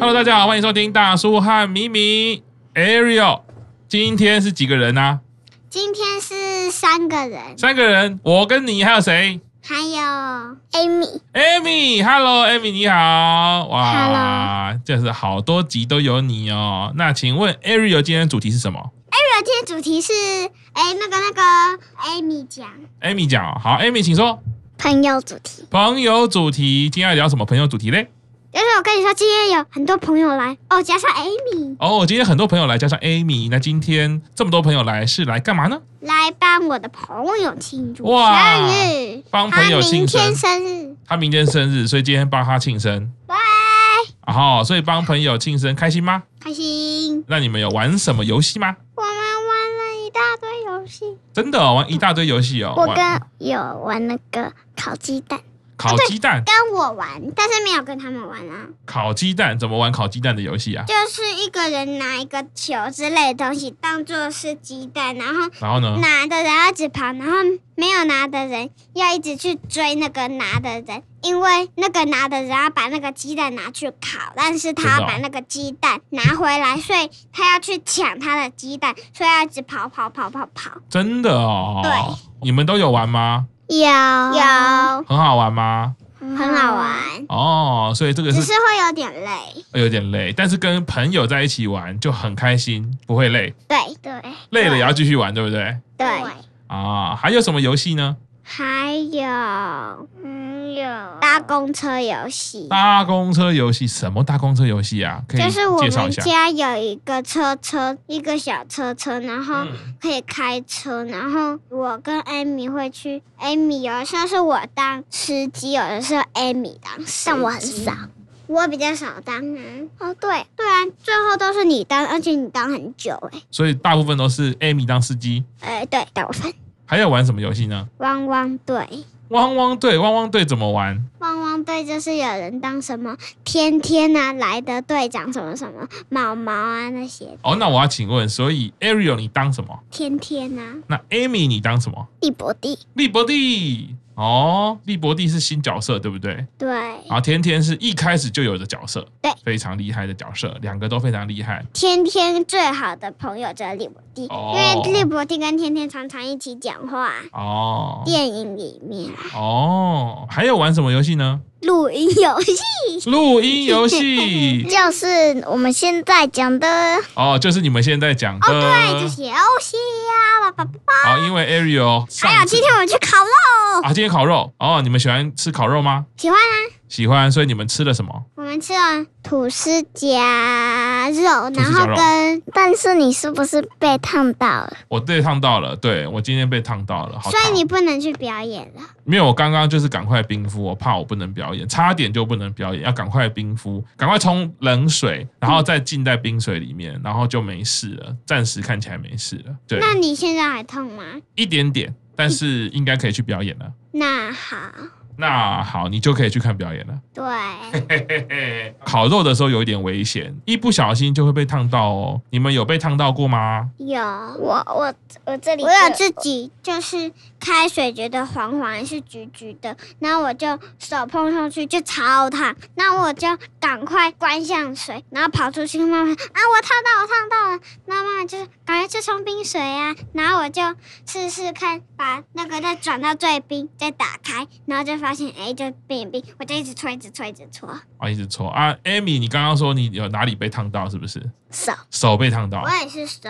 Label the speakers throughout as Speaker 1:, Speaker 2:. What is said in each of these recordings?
Speaker 1: Hello，大家好，欢迎收听大叔和咪咪 Ariel。今天是几个人啊？
Speaker 2: 今天是三个人，
Speaker 1: 三个人，我跟你还有谁
Speaker 2: 还有 Amy，
Speaker 1: ？Amy，Hello，Amy 你好，哇这是好多集都有你哦。那请问 Ariel 今天的主题是什么
Speaker 2: 这天主题是哎那个那个 Amy 讲
Speaker 1: ？Amy 讲哦，好，Amy 请说。
Speaker 2: 朋友主题，
Speaker 1: 朋友主题，今天要聊什么朋友主题嘞？
Speaker 2: 就是我跟你说，今天有很多朋友来哦，加上 Amy
Speaker 1: 哦，今天很多朋友来，加上 Amy，那今天这么多朋友来是来干嘛呢？
Speaker 2: 来帮我的朋友庆祝
Speaker 1: 哇
Speaker 2: 生日，
Speaker 1: 帮朋
Speaker 2: 他
Speaker 1: 友
Speaker 2: 啊明
Speaker 1: 庆生
Speaker 2: 天。生日，
Speaker 1: 他明天生日，所以今天帮他庆生。
Speaker 2: 拜，
Speaker 1: 然后，所以帮朋友庆生开心吗？
Speaker 2: 开心！
Speaker 1: 那你们有玩什么游戏吗？
Speaker 2: 我们玩了一大堆游戏，
Speaker 1: 真的、哦、玩一大堆游戏哦，
Speaker 2: 我
Speaker 1: 玩
Speaker 2: 跟有玩那个烤鸡蛋，
Speaker 1: 烤鸡蛋，
Speaker 2: 跟我玩，但是没有跟他们玩啊。
Speaker 1: 烤鸡蛋怎么玩烤鸡蛋的游戏啊？
Speaker 2: 就是一个人拿一个球之类的东西当做是鸡蛋，然后
Speaker 1: 然后呢？
Speaker 2: 拿的人要一直跑，然后没有拿的人要一直去追那个拿的人，因为那个拿的人要把那个鸡蛋拿去烤，但是他
Speaker 1: 真的哦
Speaker 2: 要把那个鸡蛋拿回来，所以他要去抢他的鸡蛋，所以要一直跑跑跑跑跑。
Speaker 1: 真的哦，你们都有玩吗？
Speaker 2: 有有，
Speaker 1: 很好玩吗？
Speaker 2: 很好玩，
Speaker 1: 哦，所以这个
Speaker 2: 只
Speaker 1: 是
Speaker 2: 是会有点累。
Speaker 1: 有点累，但是跟朋友在一起玩就很开心，不会累，
Speaker 2: 对对
Speaker 1: 累了也要继续玩，对不对？
Speaker 2: 对，
Speaker 1: 啊，还有什么游戏呢？
Speaker 2: 还有嗯有搭公车游戏。
Speaker 1: 搭公车游戏，什么搭公车游戏啊？可以
Speaker 2: 就是我
Speaker 1: 介绍一
Speaker 2: 们
Speaker 1: 下。
Speaker 2: 家有一个车车，一个小车车，然后
Speaker 1: 嗯
Speaker 2: 可以开车，然后我跟 Amy 会去，Amy 有的时候是我当司机，有的时候 Amy 当司机，但我很少，我比较少当啊。哦，对对啊，最后都是你当，而且你当很久哎、
Speaker 1: 所以大部分都是 Amy 当司机。
Speaker 2: 哎、对，大部分
Speaker 1: 还有玩什么游戏呢？
Speaker 2: 汪汪队。
Speaker 1: 汪汪队，汪汪队怎么玩？
Speaker 2: 汪汪队就是有人当什么天天啊来的队长什么什么毛毛啊那些
Speaker 1: 哦，那我要请问，所以 Ariel 你当什么？
Speaker 2: 天天啊
Speaker 1: 那 Amy 你当什么？
Speaker 2: 地伯弟
Speaker 1: 利伯蒂哦，利伯蒂是新角色，对不对？
Speaker 2: 对
Speaker 1: 然后天天是一开始就有的角色，
Speaker 2: 对
Speaker 1: 非常厉害的角色，两个都非常厉害。
Speaker 2: 天天最好的朋友就是利伯蒂，
Speaker 1: 哦
Speaker 2: 因为利伯蒂跟天天常常一起讲话。
Speaker 1: 哦
Speaker 2: 电影里面
Speaker 1: 哦，还有玩什么游戏 呢？
Speaker 2: 录音游戏
Speaker 1: 录音游戏
Speaker 2: 就是我们现在讲的，
Speaker 1: 哦，就是你们现在讲的
Speaker 2: 哦，对，就是游戏啊呀，爸爸爸。
Speaker 1: 哦，因为 Ariel
Speaker 2: 还有
Speaker 1: 上次
Speaker 2: 哎今天我们去烤肉，
Speaker 1: 啊，今天烤肉哦，你们喜欢吃烤肉吗？
Speaker 2: 喜欢啊。
Speaker 1: 喜欢，所以你们吃了什么？
Speaker 2: 我们吃了吐司
Speaker 1: 吐司夹
Speaker 2: 夹肉，然
Speaker 1: 肉
Speaker 2: 后跟，但是你是不是被烫到了？
Speaker 1: 我被烫到了，对我今天被烫到了，好
Speaker 2: 所
Speaker 1: 烫。
Speaker 2: 以你不能去表演了。
Speaker 1: 没有，我刚刚就是赶快冰敷，我怕我不能表演，差点就不能表演，要赶快冰敷，赶快冲冷水，然后再浸在冰水里面，然后就没事了，暂时看起来没事了，对，
Speaker 2: 那你现在还痛吗？
Speaker 1: 一点点，但是应该可以去表演了。
Speaker 2: 那好，
Speaker 1: 那好，你就可以去看表演了。
Speaker 2: 对，
Speaker 1: 嘿嘿嘿，烤肉的时候有一点危险，一不小心就会被烫到哦。你们有被烫到过吗？
Speaker 2: 有。
Speaker 3: 我我我这里
Speaker 2: 我有
Speaker 3: 这
Speaker 2: 自己就是开水觉得黄黄是橘橘的，然后我就手碰上去就超烫，那我就赶快关上水，然后跑出去跟妈妈啊我烫到我烫到了，那妈妈就是赶快去冲冰水啊，然后我就试试看把那个再转到最冰，再打开，然后就发现哎就变冰，我就一直搓一直搓一直搓，
Speaker 1: 啊，一直搓啊，Amy，你刚刚说你有哪里被烫到，是不是？
Speaker 3: 手
Speaker 1: 手被烫到
Speaker 2: 我也是手，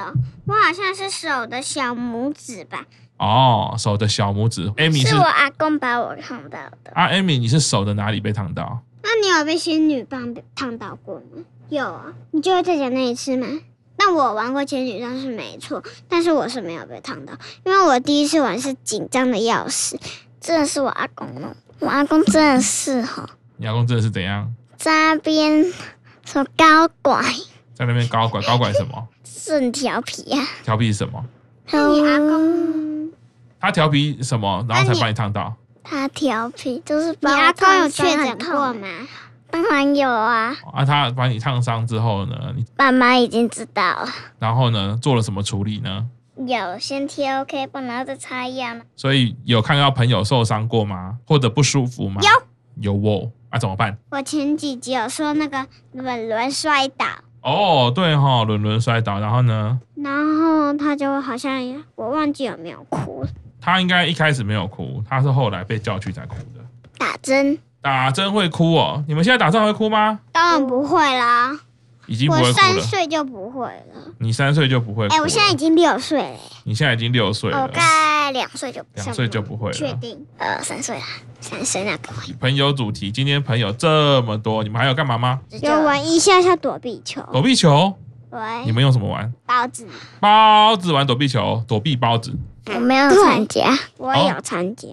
Speaker 2: 我好像是手的小拇指吧，
Speaker 1: 哦，手的小拇指。Amy 是
Speaker 3: 是我阿公把我烫到的，
Speaker 1: 啊，Amy，你是手的哪里被烫到？
Speaker 2: 那你有被仙女棒烫到过吗？有啊，你就会再讲那一次吗？那我玩过仙女棒是没错，但是我是没有被烫到，因为我第一次玩是紧张的要死。
Speaker 3: 真的是我阿公弄。我阿公真的是哈，
Speaker 1: 你老公真的是怎样？
Speaker 3: 在那边说高拐
Speaker 1: 在那边搞拐，搞拐什 么？
Speaker 3: 是很调皮啊。
Speaker 1: 调皮什么？
Speaker 2: 那你阿
Speaker 3: 嗯
Speaker 2: 公，
Speaker 1: 他调皮什么，然后才把你烫到？
Speaker 3: 他调皮就是
Speaker 2: 你
Speaker 3: 把我
Speaker 2: 阿公有
Speaker 3: 烫
Speaker 2: 确
Speaker 3: 伤
Speaker 2: 诊
Speaker 3: 很痛
Speaker 2: 过？吗？
Speaker 3: 当然有啊，
Speaker 1: 啊，他把你烫伤之后呢？你
Speaker 3: 爸妈已经知道了。
Speaker 1: 然后呢？做了什么处理呢？
Speaker 3: 有先贴 OK 绷，然后再擦药嘛。
Speaker 1: 所以有看到朋友受伤过吗？或者不舒服吗？有。有我啊，怎么办？
Speaker 2: 我前几集有说那个轮轮摔倒，
Speaker 1: 哦，对哈、伦伦摔倒，然后呢，
Speaker 2: 然后他就好像也我忘记有没有哭，
Speaker 1: 他应该一开始没有哭，他是后来被叫去才哭的。
Speaker 3: 打针，
Speaker 1: 打针会哭哦，你们现在打仗会哭吗？
Speaker 2: 当然不会啦，
Speaker 1: 已经不
Speaker 2: 我
Speaker 1: 会哭
Speaker 2: 三
Speaker 1: 了，
Speaker 2: 岁就不会了。
Speaker 1: 你三岁就不会哭
Speaker 2: 哎、
Speaker 1: 了。
Speaker 2: 我现在已哦经六岁了，
Speaker 1: 你现在已经六岁
Speaker 3: 我
Speaker 1: 了，
Speaker 3: 概两岁就
Speaker 1: 两岁就不会
Speaker 2: 确
Speaker 1: 了。
Speaker 2: 定？
Speaker 3: 呃三岁啦，三岁那个会
Speaker 1: 朋友主题，今天朋友这么多，你们还有干嘛吗？
Speaker 2: 有啊玩一下下躲避球，
Speaker 1: 躲避球，哦你
Speaker 2: 喂，
Speaker 1: 们用什么玩？
Speaker 2: 包子，
Speaker 1: 包子玩躲避球，躲避包子。
Speaker 3: 嗯我没有参加，
Speaker 2: 我有参加，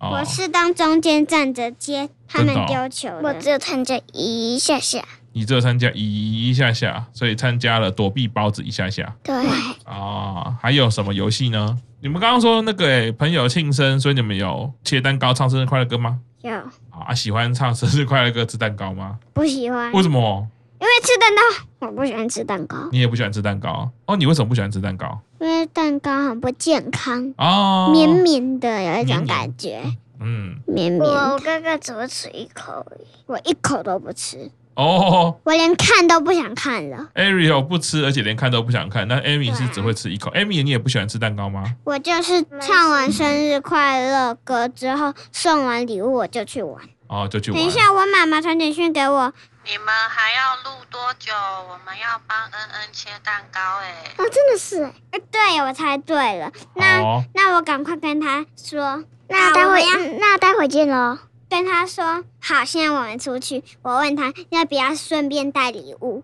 Speaker 1: 哦
Speaker 2: 我，是当中间站着接他
Speaker 1: 真的
Speaker 2: 们
Speaker 1: 哦
Speaker 2: 丢球
Speaker 3: 我
Speaker 2: 的。
Speaker 3: 只有参加一下下。
Speaker 1: 你只有参加一下下，所以参加了躲避包子一下下
Speaker 3: 对，
Speaker 1: 啊、哦。还有什么游戏呢？你们刚刚说那个诶，朋友庆生，所以你们有切蛋糕、唱生日快乐歌吗？
Speaker 2: 有
Speaker 1: 啊，喜欢唱生日快乐歌、吃蛋糕吗？
Speaker 2: 不喜欢，
Speaker 1: 为什么
Speaker 2: 因为吃蛋糕，我不喜欢吃蛋糕，
Speaker 1: 你也不喜欢吃蛋糕？哦，你为什么不喜欢吃蛋糕？
Speaker 2: 因为蛋糕很不健康，
Speaker 1: 哦，
Speaker 2: 绵绵的有一种
Speaker 1: 绵绵
Speaker 2: 感觉，
Speaker 1: 嗯，
Speaker 2: 绵绵的，
Speaker 3: 我刚刚只会吃一口而已。
Speaker 2: 我一口都不吃，
Speaker 1: 哦
Speaker 2: 我连看都不想看了，
Speaker 1: ，Ariel 不吃，而且连看都不想看。那
Speaker 2: 啊
Speaker 1: Amy 是只会吃一口。Amy，你也不喜欢吃蛋糕吗？
Speaker 2: 我就是唱完生日快乐歌之后，送完礼物我就去玩。
Speaker 1: 哦，就去
Speaker 2: 等
Speaker 1: 玩
Speaker 2: 一。下，我妈妈传简讯给我，
Speaker 3: 哦
Speaker 4: 你们还要录多久？我们要帮恩恩切蛋糕哎、
Speaker 3: 啊，真的是欸，
Speaker 2: 呃对，我猜对了，那、
Speaker 1: 哦，
Speaker 2: 那我赶快跟她说，
Speaker 3: 那
Speaker 2: 那
Speaker 3: 待
Speaker 2: 待
Speaker 3: 会嗯
Speaker 2: 会
Speaker 3: 那待会见喽。
Speaker 2: 跟他说好，现在我们出去。我问他要不要顺便带礼物。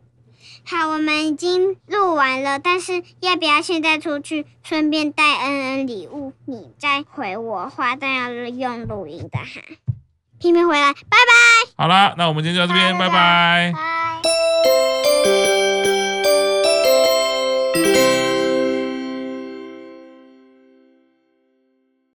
Speaker 2: 好，我们已经录完了，但是要不要现在出去，顺便带恩恩礼物？你再回我话，但要用录音的哈。平平回来，拜拜。
Speaker 1: 好啦，那我们今天就到这边，拜拜。
Speaker 2: 拜